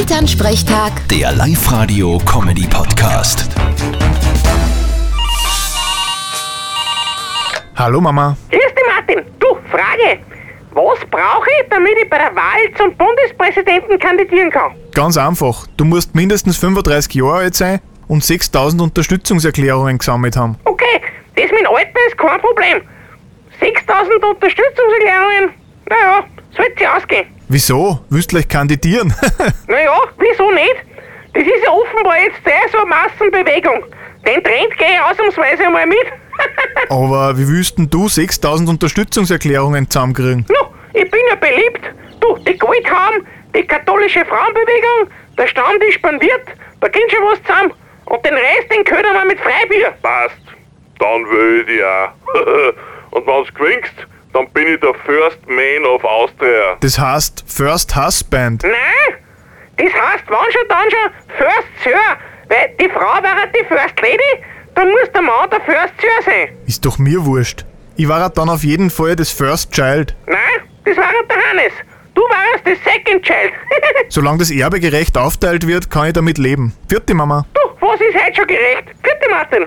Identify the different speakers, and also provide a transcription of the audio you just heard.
Speaker 1: Elternsprechtag,
Speaker 2: Der Live-Radio-Comedy-Podcast.
Speaker 3: Hallo Mama.
Speaker 4: Grüß dich, Martin. Du, Frage. Was brauche ich, damit ich bei der Wahl zum Bundespräsidenten kandidieren kann?
Speaker 3: Ganz einfach. Du musst mindestens 35 Jahre alt sein und 6000 Unterstützungserklärungen gesammelt haben.
Speaker 4: Okay, das mit dem Alter ist kein Problem. 6000 Unterstützungserklärungen? Naja, sollte sich ausgehen.
Speaker 3: Wieso? Willst gleich kandidieren?
Speaker 4: Naja, wieso nicht? Das ist ja offenbar jetzt sehr so eine Massenbewegung. Den Trend gehe ich ausnahmsweise einmal mit.
Speaker 3: Aber wie willst denn du 6000 Unterstützungserklärungen zusammenkriegen?
Speaker 4: no, ich bin ja beliebt. Du, die Goldham, die katholische Frauenbewegung, der Stammtisch spendiert, da geht schon was zusammen. Und den Rest, den ködern wir mit Freibier.
Speaker 5: passt, dann will ich dich auch. Und wenn's gewinnst, dann bin ich der First Man of Austria.
Speaker 3: Das heißt First Husband.
Speaker 4: Nein, das heißt, wann schon, dann schon First Sir, weil die Frau wäre die First Lady, dann muss der Mann der First Sir sein.
Speaker 3: Ist doch mir wurscht. Ich war dann auf jeden Fall das First Child.
Speaker 4: Nein, das wäre der Hannes. Du wärst das Second Child.
Speaker 3: Solange das Erbe gerecht aufteilt wird, kann ich damit leben. Vierte Mama.
Speaker 4: du, was ist heute schon gerecht? Bitte, Martin.